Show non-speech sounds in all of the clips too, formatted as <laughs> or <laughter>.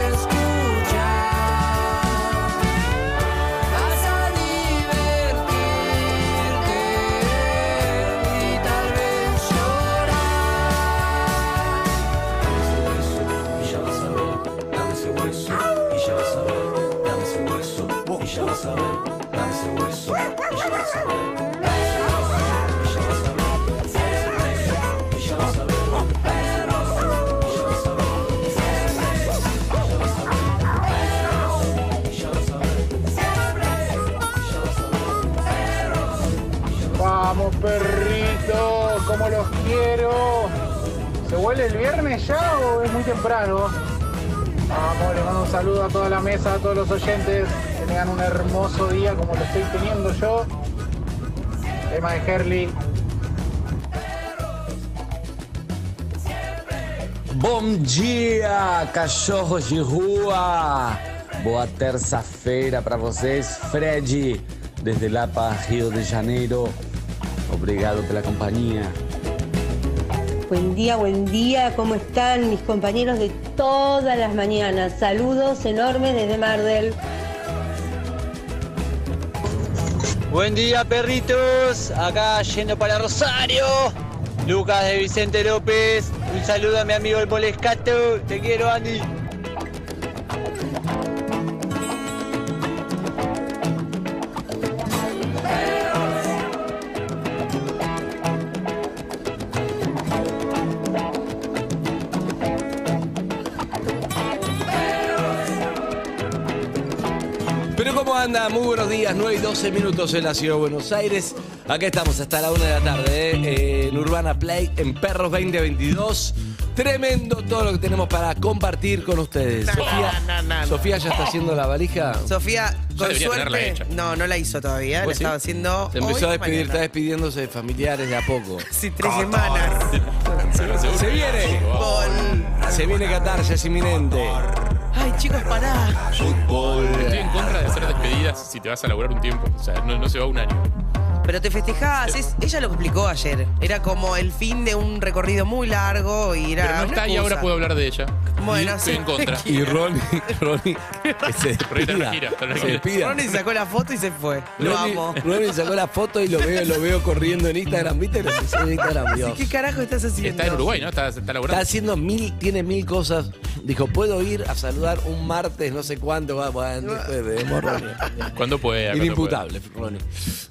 Vas a divertirte y tal vez llorar. y ya vas a ver, dame ese hueso, y ya vas a ver, dame ese hueso, y ya vas a ver, dame ese hueso, y ya vas a ver. Vamos, perrito, como los quiero. ¿Se vuelve el viernes ya o es muy temprano? Vamos, les mando un saludo a toda la mesa, a todos los oyentes. Que tengan un hermoso día como lo estoy teniendo yo. Tema de Herley. Bom dia, cachorros de rua! Boa terça-feira para vocês, Fred, desde lá para Rio de Janeiro. Obrigado pela companhia. Buen día, buen día, ¿cómo están mis compañeros de todas las mañanas? Saludos enormes desde Mar del. Buen día perritos, acá yendo para Rosario, Lucas de Vicente López, un saludo a mi amigo el Molescato, te quiero Andy. Pero ¿cómo anda? Muy buenos días, 9 y 12 minutos en la ciudad de Buenos Aires. Acá estamos hasta la 1 de la tarde ¿eh? Eh, en Urbana Play, en Perros 2022. Tremendo todo lo que tenemos para compartir con ustedes. Sofía, Sofía ya está haciendo la valija. Sofía, con debería tenerla suerte. hecha. No, no la hizo todavía. La ¿Vos sí? estaba haciendo. Se hoy empezó a o despedir, está mañana. despidiéndose de familiares de a poco. Sí, tres <laughs> semanas. Se viene, Con- se viene Qatar, ya es inminente. Ay, chicos, pará. Estoy en contra de hacer despedidas si te vas a laburar un tiempo. O sea, no, no se va un año. Ah, Pero te festejás. es- ella lo explicó ayer. Era como el fin de un recorrido muy largo y era. Pero no una está y excusa. ahora puedo hablar de ella. Bueno, Estoy sí. <laughs> en contra. Y Ronnie, <laughs> Ronnie, que se Ronnie está en una gira, despida. está en Se una gira. despida. Ronnie sacó la foto y se fue. Lo Ronnie- <laughs> amo. Ronnie sacó la foto y lo veo, lo veo corriendo en Instagram. ¿Viste lo que hizo en Instagram? Dios. ¿Qué carajo estás haciendo? Está en Uruguay, ¿no? Está, está Está laburando. haciendo mil, tiene mil cosas. Dijo, puedo ir a saludar un martes, no sé cuánto. Va, va, después vemos, <laughs> Ronnie. Cuando pueda. cuando Inimputable, Ronnie.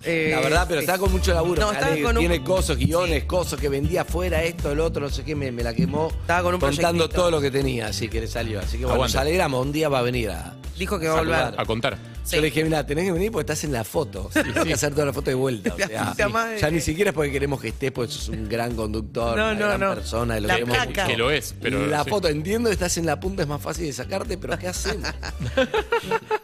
Eh, La verdad, pero sí. está con mucho laburo. No, estaba Ale, con un- tiene cosas, guiones, cosas que vendía afuera, esto, el otro, no sé qué, me, me la quemó. Estaba con un contando proyectito. todo lo que tenía, así que le salió. Así que bueno, Aguante. nos alegramos. Un día va a venir a. Dijo que va a Saludar. volver. pueda. A contar. Sí. Yo le dije, mira, tenés que venir porque estás en la foto. Tenés que hacer toda la foto de vuelta. o La sea, puta madre. ya ni siquiera es porque queremos que estés, porque sos un gran conductor, No, una no, gran no. persona. Lo La queremos caca. mucho. Que lo es, pero La sí. foto, entiendo que estás en la punta, es más fácil de sacarte, pero ¿qué <laughs> hacemos?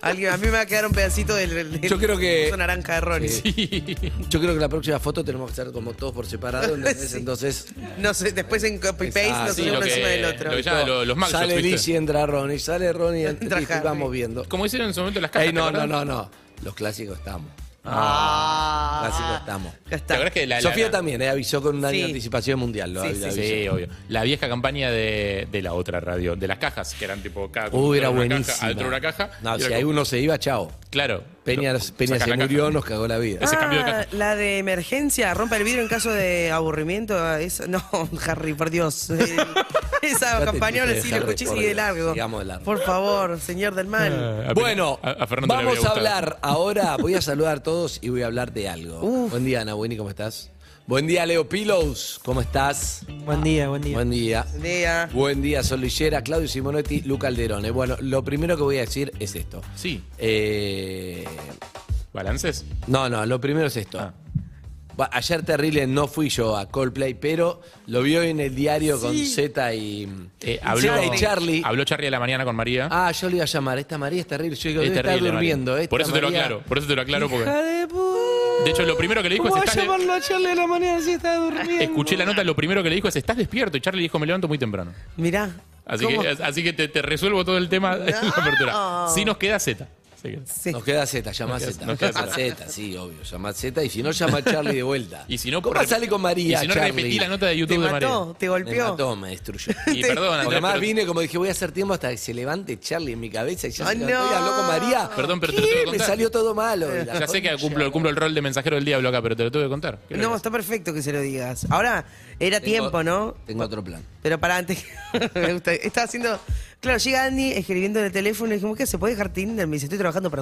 Alguien, a mí me va a quedar un pedacito del. del- Yo creo que- Una naranja de Ronnie. Yo creo que la próxima foto tenemos que estar como todos por separado, ¿entendés? Sí. Entonces, No sé, después en copy paste Exacto. nos Sí, uno lo encima que- del otro. lo que ya- los Maxos, sale ¿viste? Lizzie, entra Ronnie, sale Ronnie, Entra entra y Harry. vamos viendo. Como hicieron en su momento las cajas. Ey, ¿te no, no, acordás? no, no. Los clásicos estamos. Ah. Clásicos estamos. Ya ¿Te está. acordás que la, la- Sofía la- también, eh, avisó con un año Sí. de anticipación mundial. Lo Sí, avi- sí, avisó. Sí, obvio. La vieja campaña de, de la otra radio, de las cajas, que eran tipo cada Uy, Uh, era una caja, buenísimo. adentro una caja. No, y era si como- ahí uno se iba, chao. Claro. Peña, Lo- Peña sacas se la caja. murió, nos cagó la vida. Ese cambio de caja. Ah, La de emergencia, rompa el vidrio en caso de aburrimiento. Eso, no, <laughs> Harry, por <laughs> Dios. Eh, Esa Ya te campaña ahora escuché, sí la Harry, escuché y por sigue de Dios. largo. Sigamos de largo. Por favor, señor del mal. A- a- Bueno, Ah, a, a Fernando le vamos había a gustado. hablar ahora. Voy a saludar a todos y voy a hablar de algo. Buen día, Ana Winnie, ¿cómo estás? Buen día, Leo Pilos, ¿cómo estás? Ah. Buen día, buen día. Buen día. Buen día. Buen día, Sol Lillera, Claudio Simonetti, Luca Alderone. Bueno, lo primero que voy a decir es esto. Sí, Eh, balances. no, no, lo primero es esto. Ah. Va, Ayer terrible no fui yo a Coldplay, pero lo vi hoy en el diario con Z y, Eh, Zeta habló, y Charlie. habló Charlie a la mañana con María. Ah, yo le iba a llamar. Esta María es terrible. Yo digo, Es debe estar terrible, durmiendo. María. Esta Por eso te lo María- aclaro, por eso te lo aclaro. Porque... <laughs> De hecho, lo primero que le dijo es: ¿Cómo va a estás de- llamarlo a Charlie de la mañana si está durmiendo? Escuché la nota, lo primero que le dijo es: Estás despierto. Y Charlie dijo: Me levanto muy temprano. Mirá. Así ¿cómo? que, así que te, te resuelvo todo el tema de la apertura. Si nos queda Z. Nos queda Z, llama Z. Nos queda Llama Z. Z, sí, obvio. Llama Z y si no, llama a Charlie de vuelta. <laughs> Y si no, ¿Cómo por- sale con María? y si no, Charlie? repetí la nota de YouTube Te de mató, María. te golpeó. Me mató, me destruyó. <laughs> Y perdón, Andrés, Además pero- vine como dije, voy a hacer tiempo hasta que se levante Charlie en mi cabeza y ya se Ay, levantó y no. habló con María. Perdón, pero ¿Qué? te lo tengo que Me contar. salió todo malo. La Ya sé que concha. cumplo, cumplo el rol de mensajero del diablo acá, pero te lo tuve que contar. ¿Qué No, está perfecto que se lo digas. Ahora era Tengo- tiempo, ¿no? Tengo otro plan. Pero para antes, <laughs> me gusta. Estaba haciendo. Claro, llega Andy escribiendo en el teléfono y dijimos, ¿qué? ¿Se puede dejar Tinder? Me dice, estoy trabajando para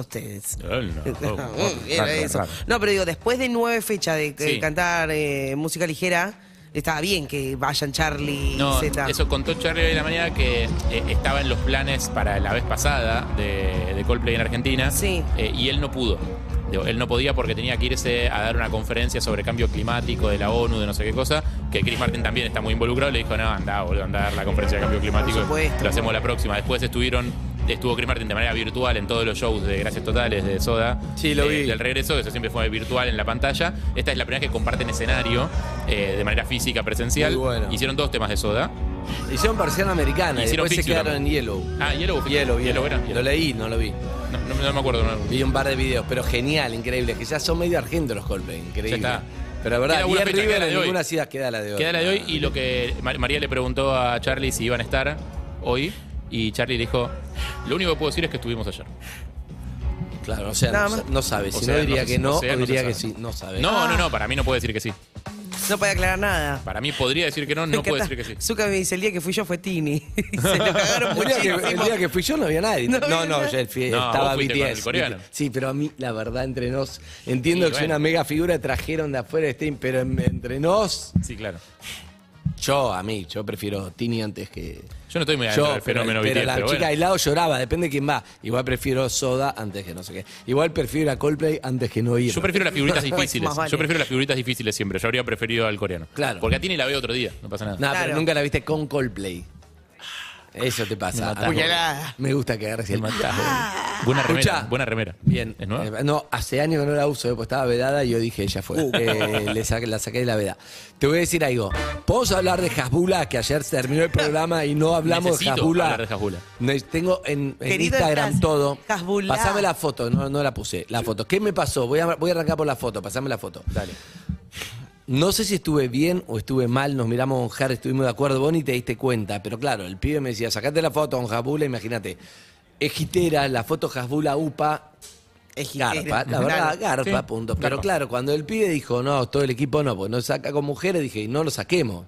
<laughs> ustedes. <laughs> no. Oh, Era eso. No, pero digo, después de nueve fechas de eh, Sí. cantar eh, música ligera, estaba bien que vayan Charlie No, y Zeta. eso contó Charlie hoy de la mañana que eh, estaba en los planes para la vez pasada de, de Coldplay en Argentina. Eh, y él no pudo. Digo, Él no podía porque tenía que irse a dar una conferencia sobre cambio climático de la ONU, de no sé qué cosa, que Chris Martin también está muy involucrado. Le dijo, no, anda, boludo, anda a dar la conferencia de cambio climático. Lo hacemos la próxima. Después estuvieron, estuvo Chris Martin de manera virtual en todos los shows de Gracias Totales, de Soda. Sí, lo vi. Del regreso, que eso siempre fue virtual en la pantalla. Esta es la primera vez que comparten escenario eh, de manera física, presencial. Muy bueno. Hicieron dos temas de Soda. Hicieron parcial americana y Hicieron después se Pixiu quedaron en también. Yellow. Ah, Yellow. Yellow, Yellow era. Lo leí, no lo vi. No, no- no me acuerdo. no. Vi un par de videos, pero genial, increíble. Que ya son medio argentos los Coldplay, increíble. Ya está. Pero la verdad, Queda y una es fecha, queda River la en de hoy. ninguna ciudad queda la de hoy. Queda la de hoy y lo que Ma- María le preguntó a Charlie si iban a estar hoy y Charlie le dijo, lo único que puedo decir es que estuvimos ayer. Claro, o sea, Nada no, más. no sabe. O Si sea, no diría no- que no, o o, sea, no diría se que sabe. sí. No sabe. No, no, no, para mí no puede decir que sí. No puede aclarar nada. Para mí podría decir que <laughs> no, no puede decir que sí. Zucca me dice, el día que fui yo fue Tini. <laughs> Se lo <laughs> cagaron El día, que, el muchísimo. día que fui yo no había nadie. No No, había no, nadie. yo fui- No, vos estaba fuiste con el BTS. coreano. Sí, pero a mí, la verdad, entre nos, entiendo Y que soy bueno. una mega figura, trajeron de afuera de stream, pero en- entre nos, Sí, claro. yo, a mí, yo prefiero Tini antes que... Yo no estoy muy adentro del fenómeno pero, BTS, la pero chica bueno. de lado lloraba, depende de quién va. Igual prefiero Soda antes que no sé qué. Igual prefiero ir a Coldplay antes que no ir. Yo prefiero las figuritas difíciles. Más vale. Yo prefiero las figuritas difíciles siempre. Yo habría preferido al coreano. Claro. Porque a Tini la veo otro día, no pasa nada. No, pero nunca la viste con Coldplay. Eso te Me pasa. mataste. Puñalada. Me gusta que agarres el Buena remera, Escuchá. buena remera. Bien. ¿Es nueva? Eh, no, hace años que no la uso, eh, pues estaba vedada y yo dije, ya fue. Uh. Eh, le saqué- la saqué de la veda. Te voy a decir algo. ¿Podemos hablar de Hasbula? Que ayer se terminó el <laughs> programa y no hablamos Necesito de Hasbula. hablar de Hasbula. Ne- Tengo en, en Querido Instagram Estras, todo. Hasbula. Pasame la foto, no, no la puse. La foto. ¿Qué me pasó? Voy a, voy a arrancar por la foto, pasame la foto. Dale. No sé si estuve bien o estuve mal, nos miramos con Harry, estuvimos de acuerdo, vos ni te diste cuenta, pero claro, el pibe me decía, sacate la foto con Hasbula, imagínate. Ejitera, la foto Hasbula UPA. Garpa, la verdad, Claro. garpa, Sí. punto. Pero claro, cuando el pibe dijo, no, todo el equipo no, pues no saca con mujeres, dije, no lo saquemos.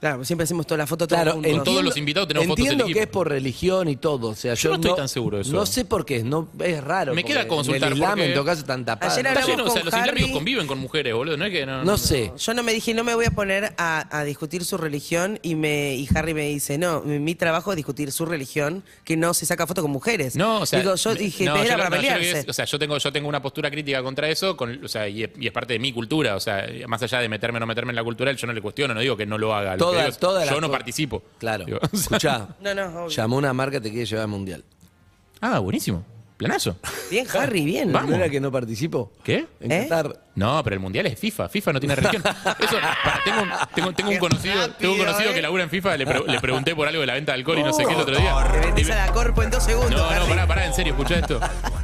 Claro, siempre hacemos toda la foto Claro, juntos. entiendo- Entiendo que es por religión y todo, o sea, yo, Yo no estoy tan seguro de eso. No sé por qué, no, es raro. Me porque queda consultar En el Islam, porque- en todo caso, tan tapado. Ayer Está lleno, o sea, con los Harry. islámicos conviven con mujeres, boludo. No es que no. No sé. Yo no me dije, no me voy a poner a, a discutir su religión y me y Harry me dice, no, mi, mi trabajo es discutir su religión, que no se saca foto con mujeres. No, o sea, Digo, yo dije, no, "Pero yo era no- para no, yo creo que pelearse. es- o sea, yo tengo, yo tengo una postura crítica contra eso, con- o sea, y, es- y es parte de mi cultura. O sea, más allá de meterme o no meterme en la cultura, yo no le cuestiono, no digo que no lo haga. Toda- Lo que digo es, toda la yo no co- participo. Claro. Digo, <laughs> o sea- Escuchá, <laughs> No, no, obvio. llamó una marca que te quiere llevar al mundial. Ah, buenísimo. Planazo. Bien, Harry, bien. Vamos. ¿No era que no participó? ¿Qué? En ¿Eh? Qatar. No, pero el mundial es FIFA. FIFA no tiene religión. Eso, para, tengo, un- tengo- tengo un conocido, tengo un conocido que labura en FIFA. Le, pre- le pregunté por algo de la venta de alcohol y no sé qué el otro Te día. metes a la corpo en dos segundos. No, no, Harry. pará, pará, en serio, escuchá esto.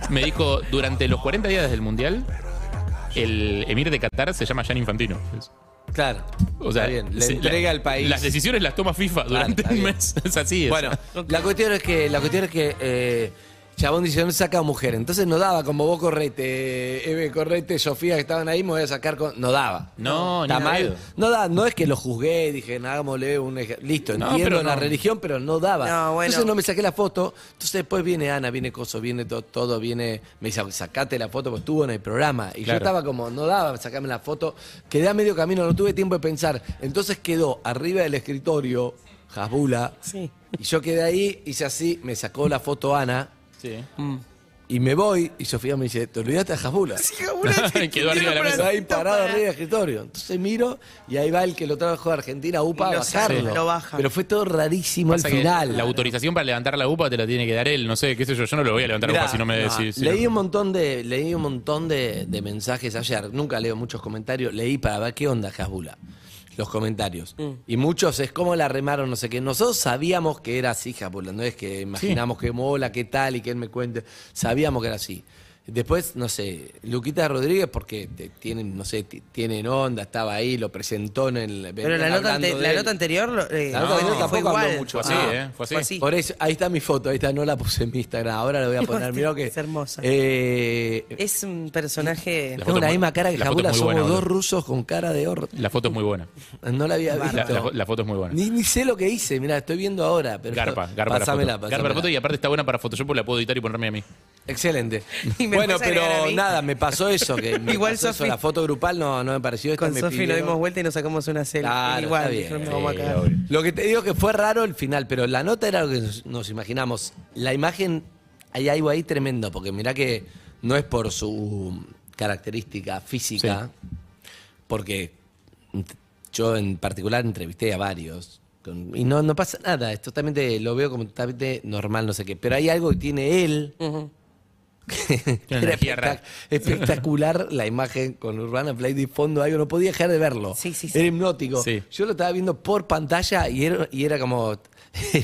Me dijo, durante los 40 días del Mundial, el emir de Qatar se llama Jan Infantino. Claro. O sea, Está bien, le se- la- entrega al país. Las decisiones las toma FIFA durante está un bien. mes. <laughs> Es así. es. Bueno, la cuestión es que, la cuestión es que eh, Chabón dice, no saca mujer. Entonces no daba como vos correte, Eve correte, Sofía que estaban ahí, me voy a sacar con. No daba. No, Está ni mal. pedo. No da, no es que lo juzgué, dije, hagámosle un ej- Listo, No, entiendo pero la no. religión, pero no daba. No, bueno. Entonces no me saqué la foto. Entonces después viene Ana, viene Coso, viene to- todo, viene. Me dice, sacate la foto, porque estuvo en el programa. Y yo Claro. estaba como, no daba, sacame la foto. Quedé a medio camino, no tuve tiempo de pensar. Entonces quedó arriba del escritorio, Jasbula. Sí. Y yo quedé ahí, hice así, me sacó la foto Ana. <laughs> Sí. Y me voy, y Sofía me dice, ¿te olvidaste a Jasbula? <laughs> Quedó arriba de la Está mesa. ahí parado arriba del escritorio. Entonces miro y ahí va el que lo trajo de Argentina, UPA, a Y lo saca, bajarlo. lo baja. Pero fue todo rarísimo Pasa al que final. La autorización para levantar la UPA te la tiene que dar él, no sé, qué sé yo. Yo no lo voy a levantar Mirá, UPA si no me no, decís. si no- leí un montón de leí un montón de, de mensajes ayer. Nunca leo muchos comentarios. Leí para ver qué onda Hasbula. los comentarios. Mm. Y muchos es como la remaron, no sé qué. Nosotros sabíamos que era así, Japón, no es que imaginamos que mola, qué tal y que él me cuente. Sabíamos que era así. Después, no sé, Luquita Rodríguez, porque te- tienen, no sé, ti- tienen onda, estaba ahí, lo presentó en el. Pero la nota, ante- la nota anterior lo- eh, La nota anterior fue tampoco igual. habló mucho. Fue así, Ah. ¿eh? Fue así. Por eso, ahí está mi foto, ahí está, no la puse en mi Instagram, ahora la <laughs> voy a poner, mirá que... Es hermosa. Eh, es un personaje. tengo la misma cara que la foto es Jabula, muy somos buena, dos boludo. rusos con cara de horror. La foto es muy buena. No la había La, la fo- visto. la foto es muy buena. Ni, ni sé lo que hice, mirá, estoy viendo ahora, pero... Garpa, garpa Pásamela, la foto. Garpa pásamela. la foto y aparte está buena para Photoshop, porque la puedo editar y ponerme a mí. Excelente. Y me Bueno, empecé a agregar a pero mí. nada, me pasó eso, que me Igual, pasó eso, Sofi- la foto grupal no, no me pareció esta Con me Sofi nos pidieron- dimos vuelta y nos sacamos una selfie. Claro, igual, está bien, dijeron, sí, "No, vamos a cagar". obvio. Lo que te digo que fue raro el final, pero la nota era lo que nos- nos imaginamos. La imagen, hay algo ahí tremendo, porque mirá que no es por su característica física, porque ent- yo en particular entrevisté a varios. con- y no, no pasa nada, es totalmente, lo veo como totalmente normal, no sé qué. Pero hay algo que tiene él. <laughs> que Tiene era energía espectac- rara. espectacular la imagen con Urbana Play de fondo, algo, no podía dejar de verlo. Sí, sí, sí. Era hipnótico. Sí. Yo lo estaba viendo por pantalla y era, y era como <laughs>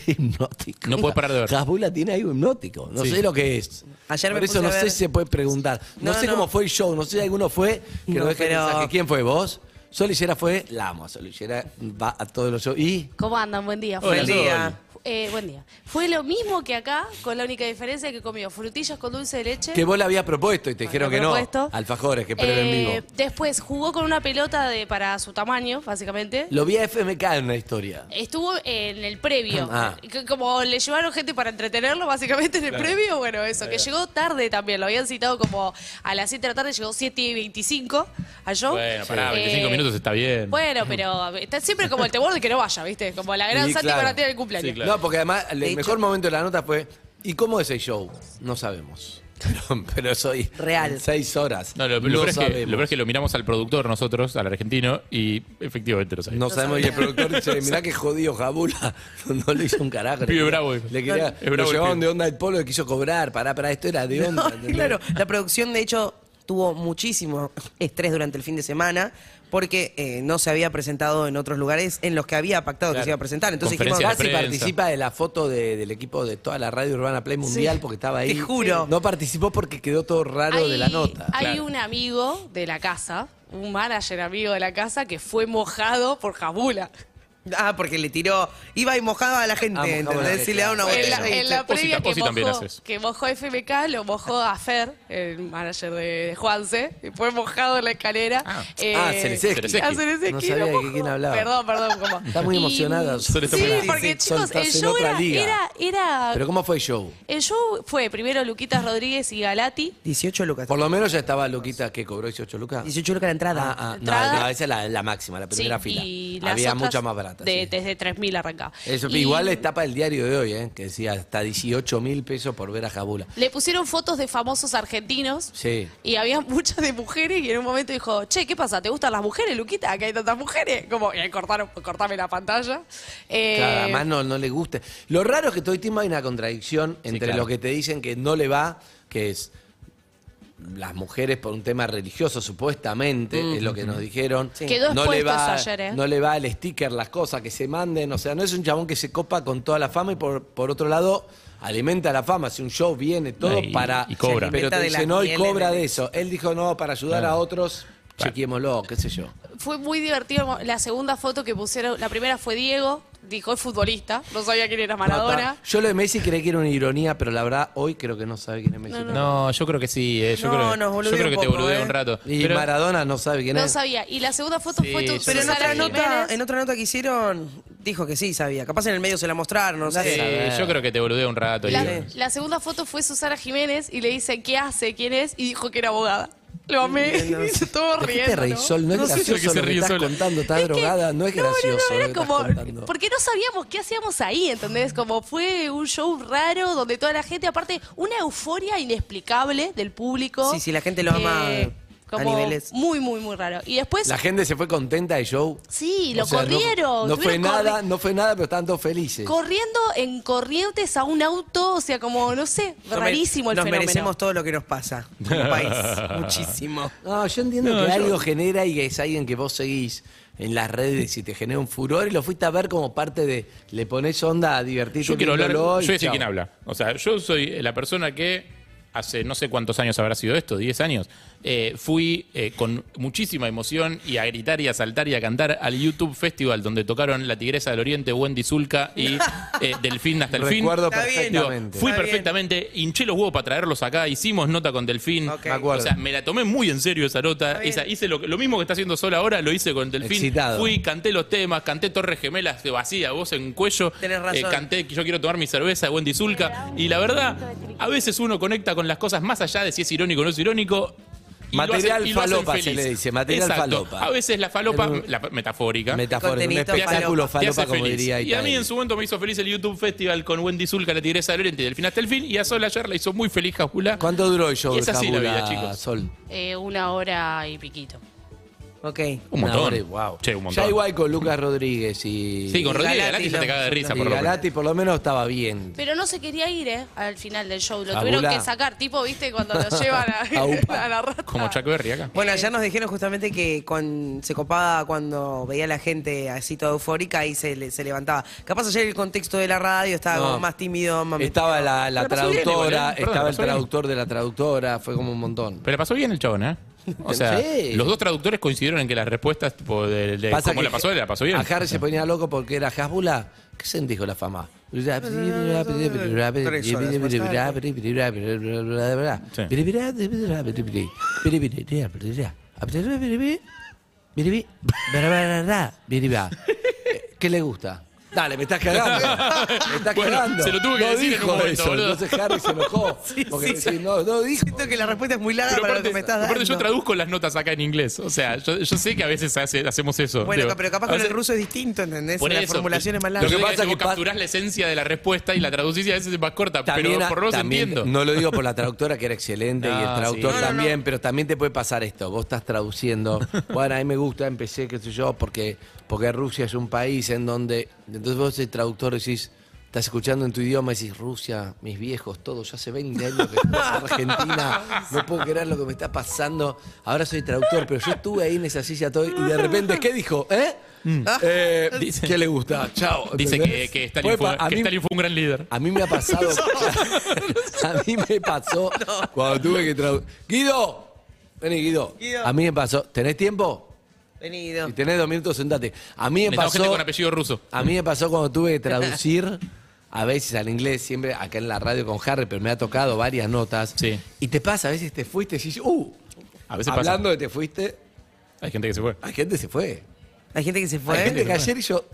hipnótico. No puedes parar de ver. Hasbula tiene algo hipnótico. No Sí. sé lo que es. Ayer me por eso puse no a sé ver- si se puede preguntar. No, No, sé no. cómo fue el show, no sé si alguno fue. Que No, no, deje pero- mensaje. ¿Quién fue vos? Solillera fue, la amo. a Solillera va a todos los shows. Y ¿Cómo andan? Buen día. Fue- Buen día. eh, buen día. Fue lo mismo que acá, con la única diferencia que comió frutillas con dulce de leche. que vos la habías propuesto y te dijeron que propuesto. no. Alfajores, que prueben Eh, en vivo. Después jugó con una pelota de para su tamaño, básicamente. Lo vi a FMK en la historia. Estuvo en el previo. Ah. C- Como le llevaron gente para entretenerlo, básicamente en el Claro. previo, bueno, eso, que llegó tarde también. Lo habían citado como a las 7 de la tarde, llegó 7 y 25 al show. Bueno, pará, Eh, 25 minutos está bien. Bueno, pero está siempre como el temor de que no vaya, ¿viste? Como la gran Y Santi claro. para ti del cumpleaños. Sí, claro. No, porque además el De hecho- mejor momento de la nota fue, ¿y cómo es el show? No sabemos. <laughs> Pero, pero soy Real. seis horas. No, lo, lo peor es que, lo sabemos. peor es que lo miramos al productor nosotros, al argentino, y efectivamente lo sabemos. No sabemos, y el productor dice, mirá que jodido Jabula, <laughs> no le hizo un carajo. Le Pibe quería- bravo, eh. Le quería, Es bravo lo el llevaban pibe. de onda al polo y quiso cobrar, pará, pará, esto era de onda. No, ¿entendés? <laughs> claro, la producción de hecho tuvo muchísimo estrés durante el fin de semana porque eh, no se había presentado en otros lugares en los que había pactado que se iba a presentar. Entonces dijimos, Conferencia de Casi prensa. participa de la foto de- del equipo de toda la radio Urbana Play Mundial porque estaba ahí. Te juro. No participó porque quedó todo raro de la nota. hay claro. un amigo de la casa, un manager amigo de la casa, que fue mojado por Jabula. ah, porque le tiró, iba y mojaba a la gente, Ah, mojaba a la ¿entendés? gente, Y le daba una claro. En botella. la, de en la Osi ta- previa que Osi también mojó, haces. que mojó FMK, lo mojó a Fer, el manager de, de Juanse, y fue mojado en la escalera. Eh, Ah. Ah, Celesecki. a Celesecki lo No sabía de mojó. quién hablaba. Perdón, perdón. Como. Está muy Y- emocionada. Sí, Sol está muy- porque Sí, sí, chicos, Sol, el estás en show otra era, liga. era, era- Pero ¿cómo fue el show? El show Eh, fue primero Luquitas Rodríguez y Galati. 18 lucas. Por lo menos ya estaba Luquita que cobró 18 lucas. 18 lucas la entrada. Ah, ah, Entrada. No, no, esa es la, la máxima, la primera sí, y fila. las Había otras muchas más baratas. De, sí. Desde 3.000 arrancaba. Eso, Y Igual la etapa del diario de hoy, ¿eh? que decía hasta 18 mil pesos por ver a Jabula. Le pusieron fotos de famosos argentinos. Sí. Y había <laughs> muchas de mujeres y en un momento dijo, che, ¿qué pasa? ¿Te gustan las mujeres, Luquita? Acá hay tantas mujeres. Como, y ahí cortaron, cortame la pantalla. Eh, Claro, además no, no le gusta. Lo raro es que todo el tiempo hay una contradicción entre claro. lo que te dicen que no le va, que es las mujeres por un tema religioso, supuestamente, es lo que nos dijeron. Quedó no le expuesto va, eso ayer, ¿eh? No le va el sticker, las cosas que se manden. O sea, no es un chabón que se copa con toda la fama y por, por otro lado alimenta la fama. Si un show viene todo No, y- para. y cobra. Se Pero alimenta te de dice las no y mieles cobra de- de eso. Él dijo no para ayudar a otros. Chequémoslo, qué sé yo. Fue muy divertido. La segunda foto que pusieron, la primera fue Diego, dijo, es futbolista. No sabía quién era Maradona. Nota. Yo lo de Messi creí que era una ironía, pero la verdad hoy creo que no sabe quién es Messi. No, yo creo que sí. eh, Yo No, creo, que- nos boludeó yo creo que un te poco, boludeó ¿eh? un rato. Y Pero- Maradona no sabe quién No es. sabía. Y la segunda foto Sí, fue tu yo Pero en Susana otra, Susana nota, Jiménez. en otra nota que hicieron, dijo que sí sabía. Capaz en el medio se la mostraron, no Sí, sé. eh, yo creo que te boludeó un rato. La, digo. la segunda foto fue Susana Jiménez y le dice qué hace, quién es, y dijo que era abogada. Lo amé, <laughs> y se estuvo ¿Por qué te riendo. reís, ¿no? Sol? No es No sé gracioso por qué se lo que ríe estás sola. contando, estás Es que- drogada, no es gracioso. eh, No, no, lo era que estás como. contando. Porque no sabíamos qué hacíamos ahí, ¿entendés? Como fue un show raro donde toda la gente, aparte, una euforia inexplicable del público. Sí, sí, la gente lo ama Eh, a como niveles. Muy, muy, muy raro. Y después. La gente se fue contenta del show. Sí, O lo sea, no- corrieron. No, fue estuvieron corri- nada, no fue nada, pero estaban todos felices. Corriendo en corrientes a un auto, o sea, como, no sé, Nos mere- rarísimo el Nos fenómeno. merecemos todo lo que nos pasa <laughs> como país. Muchísimo. No, yo entiendo que algo genera y que es alguien que vos seguís. en las redes y te generó un furor y lo fuiste a ver como parte de. Le pones onda a divertirte. Yo quiero hablar. viéndolo Yo y soy chao. quien habla. O sea, yo soy la persona que hace no sé cuántos años habrá sido esto, 10 años. eh, fui eh, con muchísima emoción y a gritar y a saltar y a cantar al YouTube Festival donde tocaron La Tigresa del Oriente, Wendy Zulka y <laughs> eh, Delfín hasta el fin. Recuerdo Está bien. perfectamente. fui Está bien. perfectamente, hinché los huevos para traerlos acá, hicimos nota con Delfín. Me acuerdo. O sea, me la tomé muy en serio esa nota. Esa- hice lo, que- lo mismo que está haciendo Sol ahora, lo hice con Delfín. Excitado. Fui, canté los temas, canté Torres Gemelas de vacía, voz en cuello. Eh, Tenés razón. canté que yo quiero tomar mi cerveza de Wendy Zulka. Y la verdad, a veces uno conecta con las cosas más allá de si es irónico o no es irónico. y lo hacen- Material y lo hacen falopa se feliz. le dice, material Exacto. falopa. A veces la falopa, En un- la metafórica. Metafórica, un Contenito espectáculo falopa. Te hace falopa, como feliz. diría Y a mí Italia. en su momento me hizo feliz el YouTube Festival con Wendy Zulka, la tigresa del oriente, y del fin hasta el fin. Y a Sol ayer la hizo muy feliz Jajula. ¿Cuánto duró el show Y es de así la vida, Jabula, chicos. Sol? Eh, una hora y piquito. Ok. Un Una montón. hora y- wow. Che, un montón. Ya igual con Lucas Rodríguez y. Sí, con y Rodríguez Galati ya ¿no? te caga de risa, Y por lo menos. Galati por lo menos estaba bien. Pero no se quería ir, ¿eh? Al final del show. Lo Abulá. tuvieron que sacar, tipo, ¿viste? Cuando lo llevan a, A UPA. a la rata. Como Chuck Berry acá. Eh, Bueno, ayer nos dijeron justamente que con- se copaba cuando veía a la gente así toda eufórica y se, le- se levantaba. Capaz ayer el contexto de la radio estaba No. como más tímido, más Estaba la, la Pero pasó bien igual, traductora, ¿eh? Perdón, estaba el pasó bien. traductor de la traductora, fue como un montón. Pero la pasó bien el <laughs> chabón, ¿eh? O sea, Sí. los dos traductores coincidieron en que las respuestas, tipo, de, de Pasa cómo que la pasó, la pasó bien. A Harry se ponía loco porque era Hasbula. ¿Qué se dijo la fama? ¿Qué le gusta? Dale, me estás <laughs> cagando. Me estás Bueno, cagando. se lo tuve que no decir en un dijo momento, eso. boludo. Entonces Harry se <laughs> enojó. porque sí, sí, no, no dijo. Siento que la respuesta es muy larga Pero para aparte, lo que me estás dando. aparte yo traduzco las notas acá en inglés. O sea, yo, yo sé que a veces hace- hacemos eso. Bueno, Digo, pero capaz a con veces- el ruso es distinto, ¿entendés? por la eso, formulación es más larga. Lo que pasa es que que pa- vos capturás la esencia de la respuesta y la traducís y a veces es más corta, pero También- por lo menos también- entiendo. No lo digo por la traductora, que era excelente, y Ah, el traductor sí. No, no, no. también, pero también te puede pasar esto. Vos estás <laughs> traduciendo. Bueno, a mí me gusta, empecé, qué sé yo, porque, porque Rusia es un país en donde. Entonces vos, el traductor, decís. Estás escuchando en tu idioma y decís, Rusia, mis viejos, todo, yo hace 20 años que estoy en Argentina, no puedo creer lo que me está pasando. Ahora soy traductor, pero yo estuve ahí en esa silla todo y de repente, ¿qué dijo? ¿Eh? <laughs> Eh, ¿Qué le gusta? Chao. Mm. Dice ¿entendés? que, que, Stalin Puede fue, pa- a que mí- Stalin fue un gran líder. a mí me ha pasado. <laughs> a mí me pasó cuando tuve que traducir. Guido, vení, Guido. Guido. A mí me pasó. ¿Tenés tiempo? Venido. Si tenés dos minutos, sentate. A mí me Necesitamos gente pasó. con apellido ruso. A mí me pasó cuando tuve que traducir. A veces al inglés, siempre acá en la radio con Harry, pero me ha tocado varias notas. Sí. Y te pasa, a veces te fuiste y decís, uh, A veces pasa. hablando de te fuiste, Hay gente que se fue. hay gente se fue. Hay gente que se Hay fue. gente que se fue. ayer yo,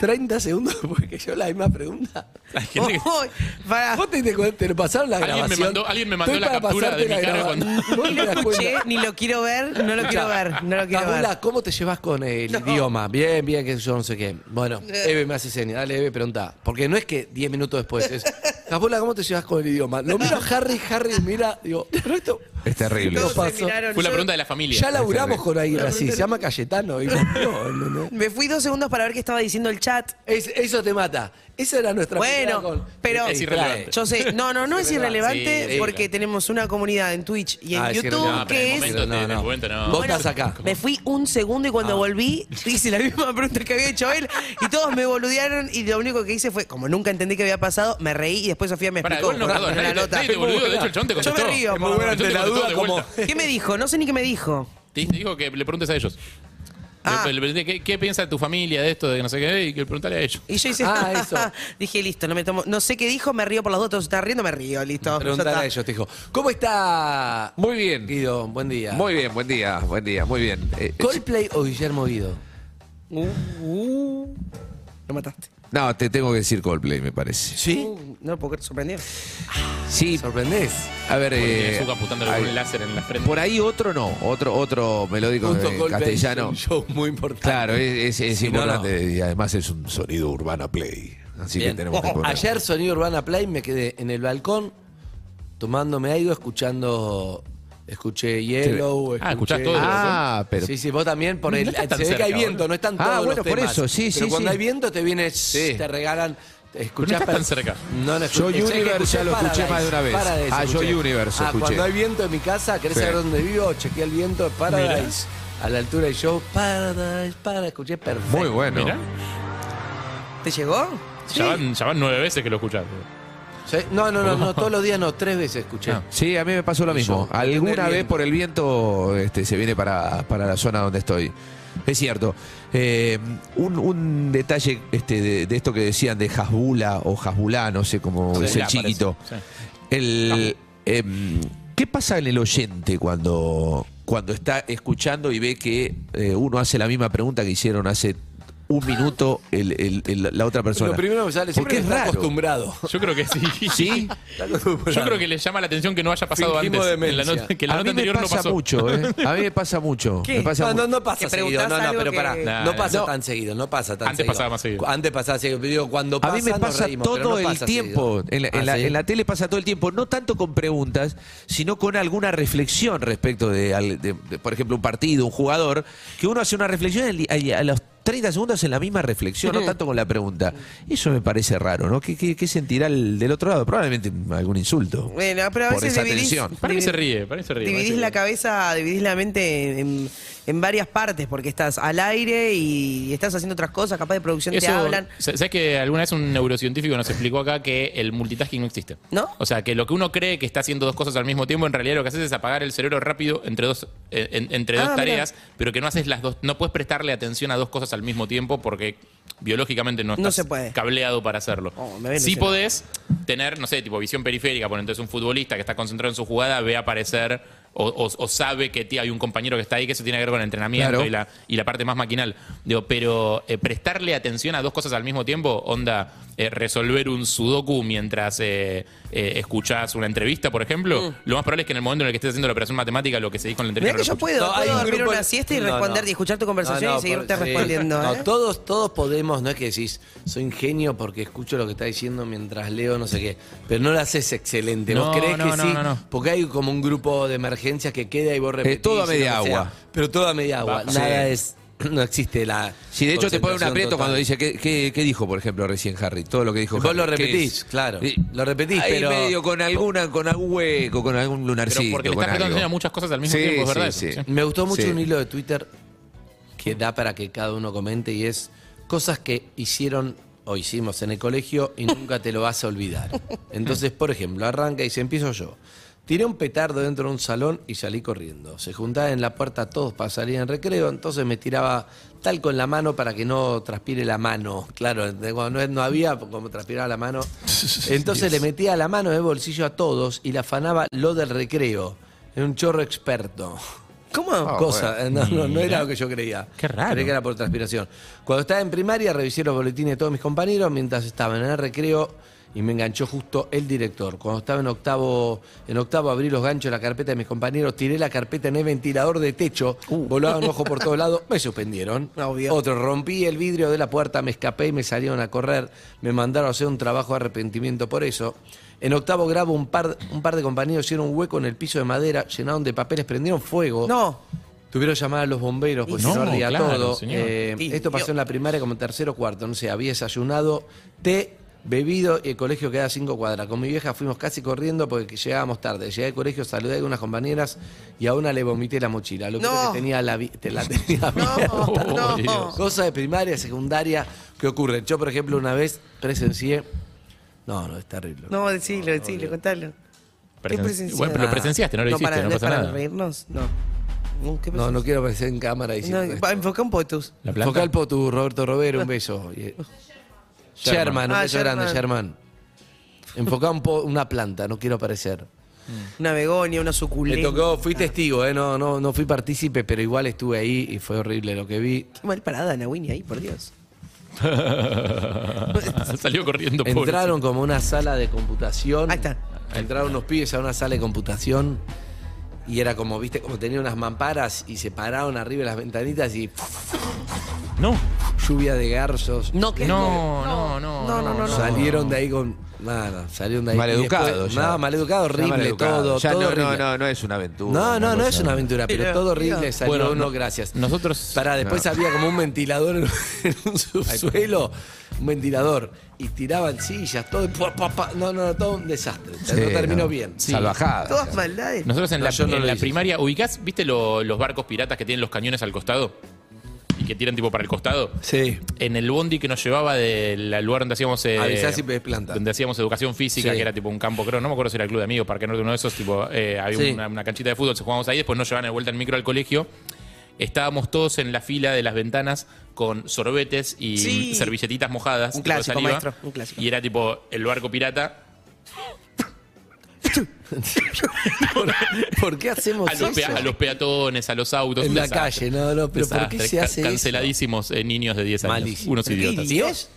30 segundos después que yo la misma pregunta. <laughs> Hay gente que- Uy, para- Vos te, diste cuenta, te lo pasaron la Alguien me grabación. mandó- alguien me mandó Estoy la para captura pasarte de mi la cara graba- <laughs> cuando- Vos Ni te lo das cuenta. escuché, ni lo quiero ver, no lo quiero ver, no lo quiero ver. Tabula, ¿cómo te llevas con el idioma? Bien, bien, que yo no sé qué. Bueno, Eh. Eve me hace señas. Dale, Eve, pregunta. Porque no es que 10 minutos después <laughs> es... Tabula, ¿cómo te llevas con el idioma? Lo miro a Harry, Harry mira, digo, pero esto... Es terrible. No Todos pasó. se miraron, Fue la yo- pregunta de la familia. Ya laburamos con alguien así, se llama Cayetano. Y volvió, ¿entendés? Me fui dos segundos para ver qué estaba diciendo el chat. Es- eso te mata. Esa era nuestra Bueno, pelea con- pero- Te Es distrae. irrelevante. Yo <laughs> sé, no, no, no es irrelevante Ah, Sí, sí, porque claro. tenemos una comunidad en Twitch y en Ah, es YouTube irrelevante. pero en que el es. momento te- en el momento no. Vos Bueno, estás acá. Me fui un segundo y cuando Ah. volví hice la misma pregunta que había hecho él y todos me boludearon y lo único que hice fue, como nunca entendí que había pasado, me reí y después Sofía me Pará, explicó igual no, con perdón, la nadie te- nota. nadie te boludeó, de hecho el chabón te Yo contestó. me río. Es muy buena, por- ante la duda, como- ¿Qué me dijo? No sé ni qué me dijo. Te te dijo que le preguntes a ellos. Ah. Le- le pregunté, ¿qué, qué piensa tu familia de esto? De que no sé qué. Y que preguntale a ellos. Y yo hice, Ah, eso. <laughs> dije, listo, no me tomo, no sé qué dijo, me río por las dos, todos están riendo, me río, listo. Preguntale Ya a está. ellos, te dijo. ¿Cómo está Muy bien. Guido? Buen día. Muy bien, buen día, buen día, muy bien. Eh, eh, ¿Coldplay o Guillermo Guido? Uh, uh, lo mataste. no, te tengo que decir Coldplay, me parece. ¿Sí? Uh, no, porque sorprendió. Sí, ¿Sorprendés? a ver. Porque eh, Zucca apuntándole hay- con un láser en la frente. por ahí otro no, otro otro melódico Justo en Coldplay castellano. es un show muy importante. Claro, es, es- es Sí, no, importante y además es un sonido urbana play. Así Bien. que tenemos que poner. Ayer Sonido Urbana Play me quedé en el balcón tomándome algo, escuchando... Escuché Yellow, Ah, escuché- escuchás todo. Ah, pero Sí, sí, vos también por el... No está tan se ve que hay cerca, viento, no están Ah, todos bueno, los por temas. eso, sí, Pero sí, cuando sí. hay viento te viene, Sí. te regalan... Escuchás Pero no estás pa- tan cerca. No, no Yo escuché- sé que Universe ya lo escuché escuché más de una vez. Paradise Ah, yo escuché. Universe Ah, escuché. cuando hay viento en mi casa, ¿querés Sí. saber dónde vivo? Chequea el viento de Paradise. a la altura y yo, para, para, escuché perfecto. Muy bueno. Mirá. ¿Te llegó? Ya, van, ya van nueve veces que lo escuchaste. Sí, No, no, no, no, todos los días no, tres veces escuché. Sí, a mí me pasó Ah, lo mismo. Alguna vez por el viento este, se viene para, para la zona donde estoy. Es cierto. Eh, un, un detalle este, de, de esto que decían de Hasbula o Hasbulá, no sé cómo Sí, es el ya, chiquito. parece, El, em, ¿Qué pasa en el oyente cuando, cuando está escuchando y ve que eh, uno hace la misma pregunta que hicieron hace un minuto el- el- el- la otra persona? Lo primero que sale Porque siempre es está raro. acostumbrado. Yo creo que sí. ¿Sí? <laughs> Yo creo que les llama la atención que no haya pasado Fingimos antes. en la demencia. nota- que en la a nota mí me anterior pasa no pasó. mucho, ¿eh? A mí me pasa mucho. ¿Qué? Me pasa no, no, mucho. no pasa Que seguido. No, preguntás no, algo pero que- pará. Nah, no pasa no. tan seguido, no pasa tan Antes seguido. pasaba más seguido. Antes pasaba seguido. pero Digo, cuando A pasa, mí me pasa nos reímos, pero todo no pasa el tiempo. seguido. En la, en Ah, la- ¿sí? en la tele pasa todo el tiempo. No tanto con preguntas, sino con alguna reflexión respecto de, al- de- de, por ejemplo, un partido, un jugador, que uno hace una reflexión y al- y a, los 30 segundos en la misma reflexión, no tanto con la pregunta. Eso me parece raro, ¿no? ¿Qué, qué- qué sentirá el del otro lado? Probablemente algún insulto. Bueno, pero a Por veces esa dividís, tensión. Para mí se ríe, para mí se ríe. para mí dividís se la ríe. cabeza, dividís la mente en, en varias partes, porque estás al aire y estás haciendo otras cosas, capaz de producción te Eso- hablan. sa- ¿Sabes que alguna vez un neurocientífico nos explicó acá que el multitasking no existe? ¿No? O sea, que lo que uno cree que está haciendo dos cosas al mismo tiempo, en realidad lo que haces es apagar el cerebro rápido entre dos, eh, en- entre dos Ah, tareas, pero que no haces las dos, no puedes prestarle atención a dos cosas al mismo tiempo porque biológicamente no estás No se puede. Oh, cableado para hacerlo. me había sí ilusionado. podés tener, no sé, tipo visión periférica, por entonces un futbolista que está concentrado en su jugada ve aparecer o, o- o sabe que tío, hay un compañero que está ahí que eso tiene que ver con el entrenamiento Claro. y, la, y la parte más maquinal. Digo, pero eh, prestarle atención a dos cosas al mismo tiempo, onda, eh, resolver un sudoku mientras eh, eh, escuchás una entrevista, por ejemplo, Mm. lo más probable es que en el momento en el que estés haciendo la operación matemática, lo que se dijo en la Mirá entrevista... que yo lo escuches. puedo, No, hay puedo un dormir grupo- una siesta y No, no. responder y escuchar tu conversación No, no, y seguirte por- sí. respondiendo. No, ¿eh? todos, todos podemos, no es que decís, soy ingenio porque escucho lo que está diciendo mientras leo no sé qué. Pero no lo haces excelente. ¿Vos No, crees no, que no, sí? no, no. Porque hay como un grupo de emergencias que queda y vos repetís. todo a y media lo que sea. agua. Pero todo a media agua. Baja. Nada Sí. es. No existe la. Si de hecho te pone un concentración aprieto total. cuando dice, ¿qué, qué, qué dijo, por ejemplo, recién Harry? Todo lo que dijo Vos Harry, lo ¿qué repetís, es? claro. Y- Lo repetís, Ahí pero. medio con alguna, con algún hueco, con algún lunarcito. Pero porque le con estás prestando algo. atención a muchas cosas al mismo Sí, tiempo, es sí, verdad. sí. eso, sí. Me gustó mucho Sí. un hilo de Twitter que da para que cada uno comente y es cosas que hicieron o hicimos en el colegio y nunca te lo vas a olvidar. Entonces, por ejemplo, arranca y dice, empiezo yo. Tiré un petardo dentro de un salón y salí corriendo. Se juntaban en la puerta todos para salir en recreo, entonces me tiraba tal con la mano para que no transpire la mano. Claro, de- cuando no, no había, como transpiraba la mano. Entonces le metía la mano de bolsillo a todos y la afanaba lo del recreo. Era un chorro experto ¿Cómo? cosa. Eh, bueno. No, no, no Ah, Mira. era lo que yo creía. Qué raro. Creí que era por transpiración. Cuando estaba en primaria, revisé los boletines de todos mis compañeros mientras estaban en el recreo y me enganchó justo el director. Cuando estaba en octavo, en octavo abrí los ganchos de la carpeta de mis compañeros, tiré la carpeta en el ventilador de techo, Uh. volaba un ojo por <laughs> todos lados, me suspendieron. Obvio. Otro, rompí el vidrio de la puerta, me escapé y me salieron a correr. Me mandaron a hacer un trabajo de arrepentimiento por eso. En octavo grado un par, un par de compañeros hicieron un hueco en el piso de madera, llenaron de papeles, prendieron fuego. No. Tuvieron que llamar a los bomberos porque No, se nos ardía claro, todo. señor. Eh, Sí, esto pasó Dios. en la primaria como en tercero o cuarto. No sé, había desayunado, té, bebido y el colegio queda a cinco cuadras. Con mi vieja fuimos casi corriendo porque llegábamos tarde. Llegué al colegio, saludé a algunas compañeras y a una le vomité la mochila. Lo No. creo que tenía la, vi- te la tenía <laughs> <laughs> abierta. No, no. Cosas de primaria, secundaria, ¿qué ocurre? Yo, por ejemplo, una vez presencié. No, no, es terrible. No, decilo, decilo, contalo. ¿Qué Presen- presenciaste? Bueno, pero lo presenciaste, no lo hiciste, Ah. para, no es pasa para nada. reírnos? No. ¿Qué No, no presenciaste? quiero aparecer en cámara diciendo. pues No, esto. va, enfoca un potus. La planta. Focal Potu, Roberto Robero, un beso. Y- Sherman, un Ah, beso Sherman. grande, Sherman. Enfocá un po- una planta, no quiero aparecer. Una begonia, una Me suculenta. tocó, fui testigo, eh, no, no, no fui partícipe, pero igual estuve ahí y fue horrible lo que vi. Qué mal parada Nawini ahí, por Dios. <laughs> Salió corriendo, pobre. Entraron como a una sala de computación. Ahí está. Entraron unos pibes a una sala de computación y era como, viste, como tenía unas mamparas y se pararon arriba de las ventanitas y No. lluvia de garzos. No, que- No, no, no, no, no, no. Salieron de ahí con. Nada, salieron de ahí. Maleducado, Y después- ya. No, maleducado, Ya horrible, maleducado. todo. Ya todo no, horrible. no, no, no es una aventura. No, no, no es cosa- una aventura, pero todo horrible salió Bueno, uno, no- gracias. Nosotros. Para después No. había como un ventilador en, <laughs> en un subsuelo, un ventilador, y tiraban sillas, todo, pa, pa, pa. no, no, todo un desastre. O sea, Sí, no terminó no. bien. Sí. Salvajada. Todas maldades. Nosotros en No, la, yo no en lo la hice. primaria, ubicás, ¿viste lo- los barcos piratas que tienen los cañones al costado? Y que tiran tipo para el costado. Sí. En el bondi que nos llevaba del lugar donde hacíamos. eh, Avisás y pedís planta. Donde hacíamos educación física, Sí. que era tipo un campo, creo, no me acuerdo si era el club de amigos, para que no uno de esos, tipo, eh, había Sí. una, una canchita de fútbol, se jugábamos ahí, después nos llevaban de vuelta en micro al colegio. Estábamos todos en la fila de las ventanas con sorbetes y Sí. servilletitas mojadas. Un tipo de clásico, saliva. maestro, un clásico. Y era tipo el barco pirata. ¿Por qué hacemos a los, pe- eso? a los peatones, a los autos. Oh, En un la desastre. calle, no, no, pero Un ¿por qué desastre. se hace eso? Canceladísimos eh, niños de 10 años. Unos idiotas. ¿Dios?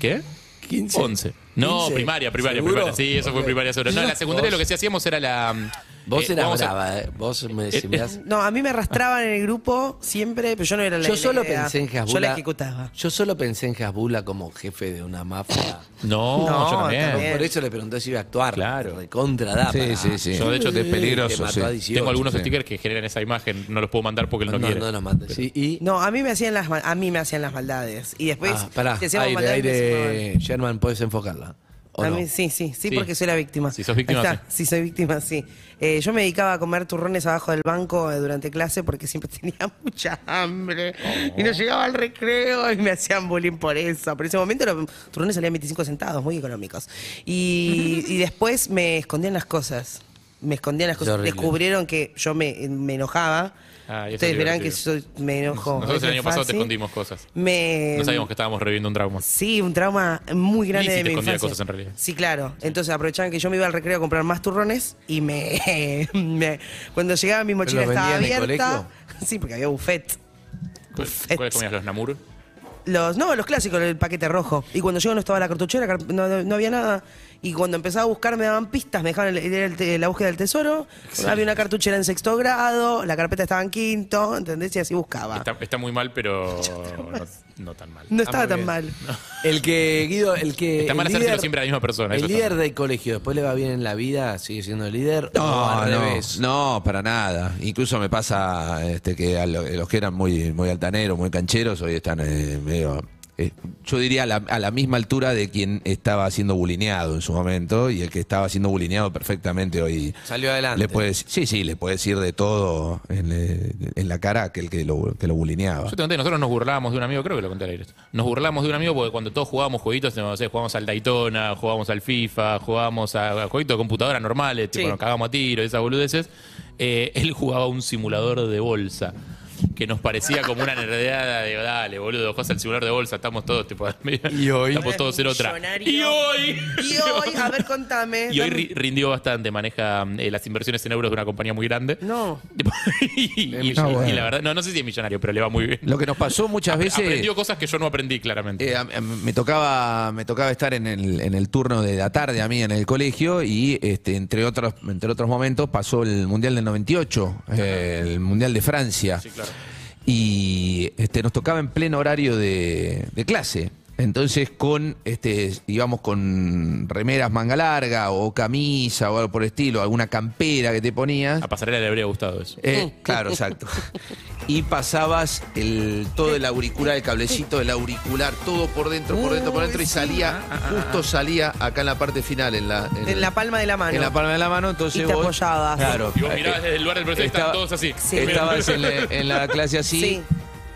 ¿Qué? 15. 11. No, primaria, primaria, ¿Seguro? primaria. Sí, eso fue Ok. primaria sobre. No, en la secundaria Vos- lo que sí hacíamos era la. mm, Vos eh, eras vamos a- brava, ¿eh? Vos me decías. me has- No, a mí me arrastraban en el grupo siempre, pero yo no era la Yo la solo idea. pensé en Hasbula. Yo la ejecutaba. Yo solo pensé en Hasbula como jefe de una mafia. No, No, yo también. también. Por eso le pregunté si iba a actuar. Claro. Recontra da Sí, para- sí, sí. Yo, de hecho, es Te peligroso. mató sí. a 18, Tengo algunos sí. stickers que generan esa imagen. No los puedo mandar porque él no, No, quiere. no los mandes. Sí, y. No, a mí me hacían las ma- a mí me hacían las maldades y después Ah, pará. si hacíamos Aire, maldades, me aire. Sherman, puedes enfocarla. ¿O A no? mí sí, sí, sí, Sí. porque soy la víctima. Si sos víctima, Ahí está, Sí, soy víctima, sí. Eh, yo me dedicaba a comer turrones abajo del banco eh, durante clase porque siempre <laughs> tenía mucha hambre. Y Oh. no llegaba al recreo y me hacían bullying por eso. Por ese momento los turrones salían 25 centavos, muy económicos. Y, y después me escondían las cosas. Me escondían las Qué cosas. horrible. Descubrieron que yo me, me enojaba. Ah, y eso Ustedes es verán que divertido. soy- me enojo. Nosotros el Eso año es pasado te fácil. escondimos cosas. Me- No sabíamos que estábamos reviviendo un trauma. Sí, un trauma muy grande Lizzy de te mi escondía infancia. cosas en realidad. Sí, claro. Entonces aprovechaban que yo me iba al recreo a comprar más turrones y me, <laughs> me- cuando llegaba mi mochila ¿Pero los estaba vendían en el abierta. Sí, porque había buffet. ¿Cuáles comías los Namur? Los, no, los clásicos, el paquete rojo. Y cuando yo no estaba la cartuchera, car- no, no- no había nada. Y cuando empezaba a buscar me daban pistas, me dejaban el- era el te- la búsqueda del tesoro. Había una cartuchera en sexto grado, la carpeta estaba en quinto, ¿entendés? Y así buscaba. Está, está muy mal, pero no, no tan mal. No Ah, estaba muy tan bien. mal. <laughs> El que, Guido, el que. Está mal el hacérselo líder- siempre a la misma persona. El eso está líder mal. del colegio, después le va bien en la vida, sigue siendo el líder. o No, al no, revés. no, para nada. Incluso me pasa este, que a lo- los que eran muy, muy altaneros, muy cancheros, hoy están eh, medio. eh, yo diría a la, a la misma altura de quien estaba siendo bulineado en su momento y el que estaba siendo bulineado perfectamente hoy. Salió adelante. Le puedes, sí, sí, le puedes ir de todo en, eh, en la cara a aquel que lo, que lo bulineaba. Yo te conté, nosotros nos burlábamos de un amigo, creo que lo conté al aire. Nos burlábamos de un amigo porque cuando todos jugábamos jueguitos, no sé, jugábamos al Daytona, jugábamos al FIFA, jugábamos a, a jueguitos de computadora normales, tipo, Sí. nos cagábamos a tiro, esas boludeces. eh, él jugaba un simulador de bolsa. Que nos parecía como una nerdeada de dale, boludo, juegas al simulador de bolsa, estamos todos tipo <laughs> Y hoy estamos todos en otra. Y hoy. Y hoy, a ver, contame. <laughs> Y hoy dame- ri- rindió bastante, maneja eh, las inversiones en euros de una compañía muy grande. No. <laughs> Y, y- Ah, bueno. y la verdad, no, no sé si es millonario, pero le va muy bien. Lo que nos pasó muchas veces. Aprendió cosas que yo no aprendí, claramente. Eh, a- a- me tocaba me tocaba estar en el, en el turno de la tarde a mí en el colegio y este, entre otros entre otros momentos pasó el mundial del 98 eh, el mundial de Francia y este, nos tocaba en pleno horario de, de clase entonces con este íbamos con remeras manga larga o camisa o algo por el estilo alguna campera que te ponías A pasarela le habría gustado eso. eh, claro, exacto. <laughs> Y pasabas el, todo el auricular, el cablecito del auricular, todo por dentro, por dentro, por Uh, dentro, y salía, Ah, justo salía acá en la parte final, en la, en En la palma de la mano. en la palma de la mano, entonces Y te vos- apoyabas. Claro. Y vos mirabas desde el lugar del profesor y estaban Estaba- todos así. Estabas en la, en la clase así.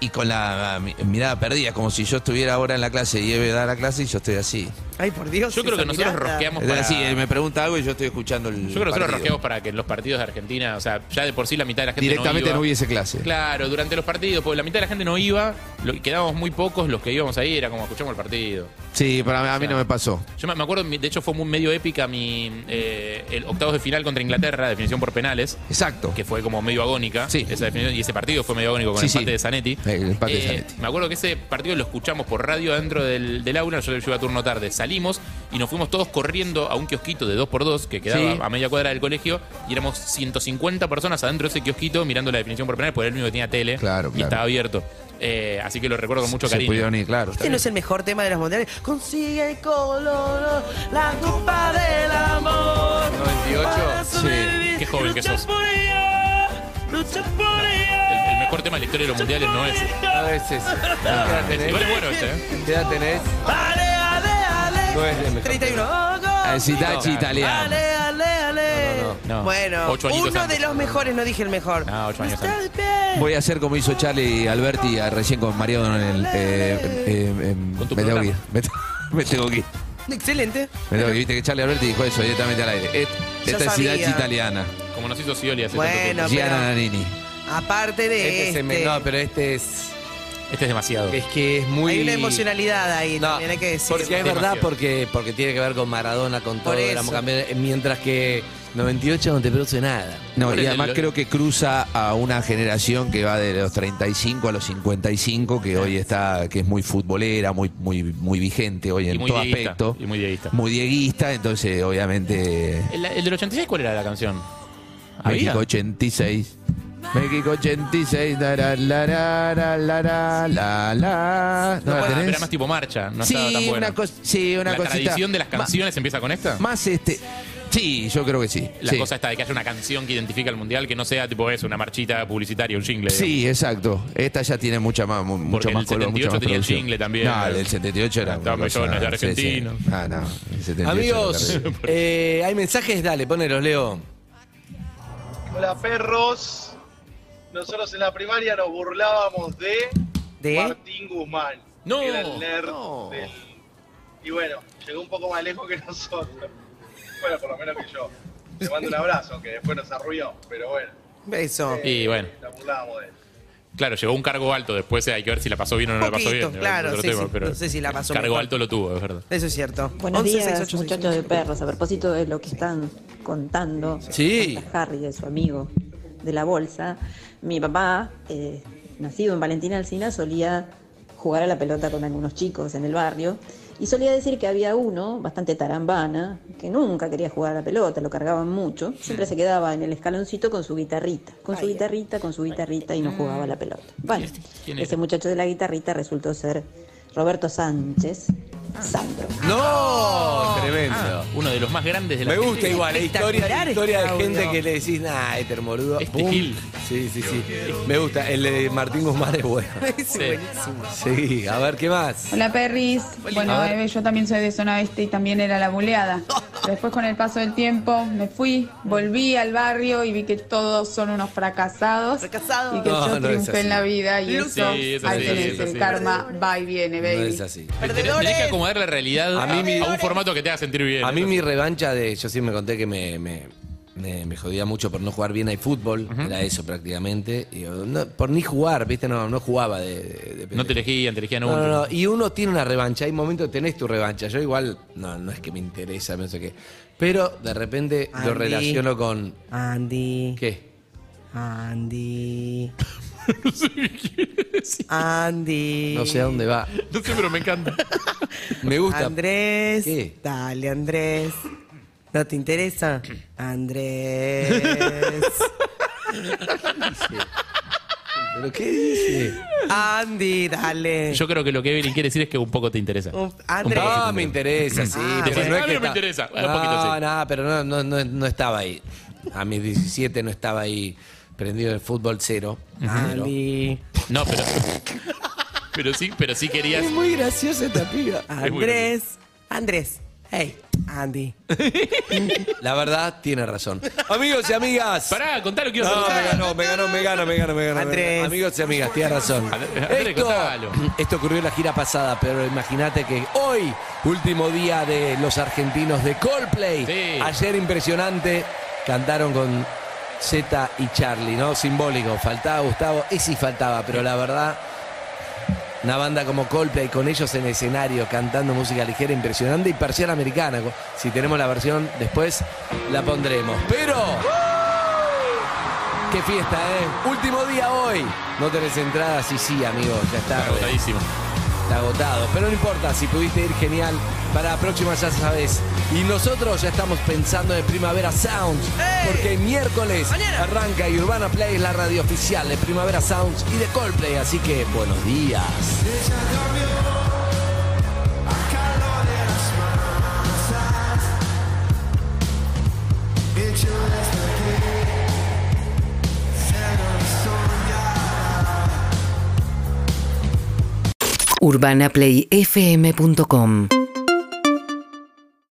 Y con la mi- mirada perdida, como si yo estuviera ahora en la clase y Eve da la clase y yo estoy así. Ay, por Dios. Yo creo que esa nosotros mirada. rosqueamos Es para... así, él me pregunta algo y yo estoy escuchando el. Yo creo que nosotros partido. rosqueamos para que en los partidos de Argentina, o sea, ya de por sí la mitad de la gente Directamente no, no, iba. hubiese clase. Claro, durante los partidos, porque la mitad de la gente no iba, lo- quedábamos muy pocos, los que íbamos ahí era como escuchamos el partido. Sí, para mí, a mí no me pasó. Yo me me acuerdo, mi- de hecho fue muy medio épica mi eh, el octavos de final contra Inglaterra, definición por penales. Exacto. Que fue como medio agónica. Esa definición, y ese partido fue medio agónico con Sí, el empate sí. de Zanetti. El empate de Eh, Zanetti. Me acuerdo que ese partido lo escuchamos por radio dentro del, del aula, yo le llevo a turno tarde. Salí salimos y nos fuimos todos corriendo a un kiosquito de 2x2 que quedaba Sí. a media cuadra del colegio y éramos 150 personas adentro de ese kiosquito mirando la definición por penal, porque era el único que tenía tele y claro. estaba abierto. Eh, así que lo recuerdo con mucho Se cariño. pudieron ir, claro. Este no es el mejor tema de las mundiales. Consigue el color, la copa del amor. 98. Sí. Qué joven que sos. Por ella, lucha por ella. El, el mejor tema de la historia de los mundiales no es. ese. A veces. Este, Igual es bueno este, ¿eh? ¿Qué edad tenés? Ale, ale, ale. No es el mejor. 31. Ah, es Itachi No. italiano. Ale, ale, ale. No, no, no. Bueno, Ocho añitos uno antes. de los mejores, no dije el mejor. No, ocho años Está bien. Voy a hacer como hizo Charlie Alberti ah, recién con Mariano en el. eh, eh, eh, me tengo <laughs> que ir. Me, te- me tengo que ir. Excelente. Me tengo que ir. Viste que Charlie Alberti dijo eso directamente al aire. Et- Ya esta es sabía. Sidachi italiana. Como nos hizo Scioli hace Bueno, tanto tiempo. pero- Gianna Nannini. Aparte de Este este. se me- no, pero este es. Este es demasiado. Es que es muy. Hay una emocionalidad ahí No, también, hay que decirlo. Porque es verdad, porque, porque tiene que ver con Maradona, con todo. Por eso. éramos campeones, eh, mientras que 98 no te produce nada. No, y además creo que cruza a una generación que va de los 35 a los 55, Ah. que hoy está, que es muy futbolera, muy, muy, muy vigente hoy en Y muy todo dieguista, aspecto. y muy dieguista. Muy dieguista, entonces obviamente ¿El, el del 86 cuál era la canción? ¿Había? México 86. México 86. da, ra, la, ra, ra, la, ra, la, la. ¿No Ah, la pero tenés? era más tipo marcha, no Sí, estaba tan buena. una cos- sí, una ¿La cosita tradición de las ma- canciones empieza con esta? Más este. Sí, yo creo que sí. La sí. cosa está de que haya una canción que identifica al mundial que no sea tipo eso, una marchita publicitaria, un jingle. digamos. Sí, exacto. Esta ya tiene mucha más, mu- mucho el más color, 78 mucho más tenía el producción. jingle también. Ah, No, el del 78 era. Estaba una cosa- Mellones, de sí, sí. argentino. Ah, no. el 78 era Amigos, terrible. eh, hay mensajes, dale, ponelos, Leo. Hola perros. Nosotros en la primaria nos burlábamos de, ¿De? Martín Guzmán. No, que era el nerd del- Y bueno, llegó un poco más lejos que nosotros. Bueno, por lo menos que yo. Le mando un abrazo, que después nos arruinó, pero bueno, Beso. <laughs> Y bueno, nos burlábamos de él. claro, llegó un cargo alto después, eh, hay que ver si la pasó bien o no la pasó Poquito, bien. claro, otro sí, sí, no sé si la pasó el Cargo mejor. alto lo tuvo, es verdad. Eso es cierto. Buenos 11, días, 6, 8, 6, muchachos de perros. A propósito de lo que están contando Sí. acerca de Harry, de su amigo de la bolsa, mi papá, eh, nacido en Valentina Alcina, solía jugar a la pelota con algunos chicos en el barrio y solía decir que había uno, bastante tarambana, que nunca quería jugar a la pelota, lo cargaban mucho, siempre se quedaba en el escaloncito con su guitarrita, con su guitarrita, con su guitarrita y no jugaba a la pelota. Bueno, ¿Quién era? ese muchacho de la guitarrita resultó ser Roberto Sánchez, Sandro. ¡No! Tremendo. Ah, uno de los más grandes de la Me gusta gente. igual, eh, historia, Espectacular historia este de gente audio. que le decís, nah, este hermorudo. Este pum. Gil. Sí, sí, sí. Me gusta, el de Martín Guzmán es <laughs> bueno. Es buenísimo. Sí, a ver, ¿qué más? Hola Perris, bueno A ver. eh, yo también soy de zona este y también era la buleada. Después con el paso del tiempo me fui, volví al barrio y vi que todos son unos fracasados y que No, yo no es triunfé así. en la vida y Sí, eso es ahí así, tenés es el así. karma va y viene, baby. No es así. Tenés tenés que acomodar la realidad a, a un formato que te haga sentir bien. A mí mi revancha de, yo sí me conté que me, me, me- me jodía mucho por no jugar bien al fútbol, era eso prácticamente, y, yo, no, por ni jugar, viste, no, no jugaba de, de- de- No te elegían, te elegían a no, uno. no, no. Y uno tiene una revancha. Hay momentos que tenés tu revancha. Yo igual, no, no es que me interesa, no sé qué. Pero de repente lo Andy. relaciono con. Andy. ¿Qué? <laughs> Andy. Andy. No sé a dónde va. <laughs> No sé, pero me encanta. Me gusta. Andrés. Dale, Andrés. ¿No <clears throat> te interesa? Andrés. ¿Pero qué dice? Andy, dale. Yo creo que lo que Evelyn quiere decir es que un poco te interesa. Un- Un Andrés. poco No, Ah, me interesa, sí. Ah, pero decís, no es "Ah, que no me está- interesa". Bueno, un poquito No, sí. no, pero no, no, no, no estaba ahí. A mis 17 no estaba ahí prendido en el fútbol cero. Pero- <laughs> No, pero. <laughs> Pero sí, pero sí querías. Es muy graciosa esta piba. Andrés. Andrés. Hey, Andy. La verdad, tiene razón. Amigos y amigas. Pará, contá lo que No, ibas a me contar. ganó, me ganó, me ganó, me ganó, me ganó. Andrés. Amigos y amigas, tienes razón. Andrés, Esto, contalo. esto ocurrió en la gira pasada, pero imagínate que hoy, último día de los argentinos de Coldplay. Ayer impresionante, cantaron con Z y Charlie, ¿no? Simbólico. Faltaba Gustavo, y sí faltaba, pero la verdad. Una banda como Coldplay con ellos en escenario cantando música ligera impresionante y parcial americana. Si tenemos la versión después la pondremos. Pero qué fiesta, eh. Último día hoy. No tenés entradas y sí, amigos, ya está. Agotadísimo. Está agotado. Pero no importa, si pudiste ir genial. Para la próxima ya sabes. Y nosotros ya estamos pensando en Primavera Sounds. Porque miércoles arranca y Urbana Play es la radio oficial de Primavera Sounds y de Coldplay. Así que buenos días. UrbanaPlayFM.com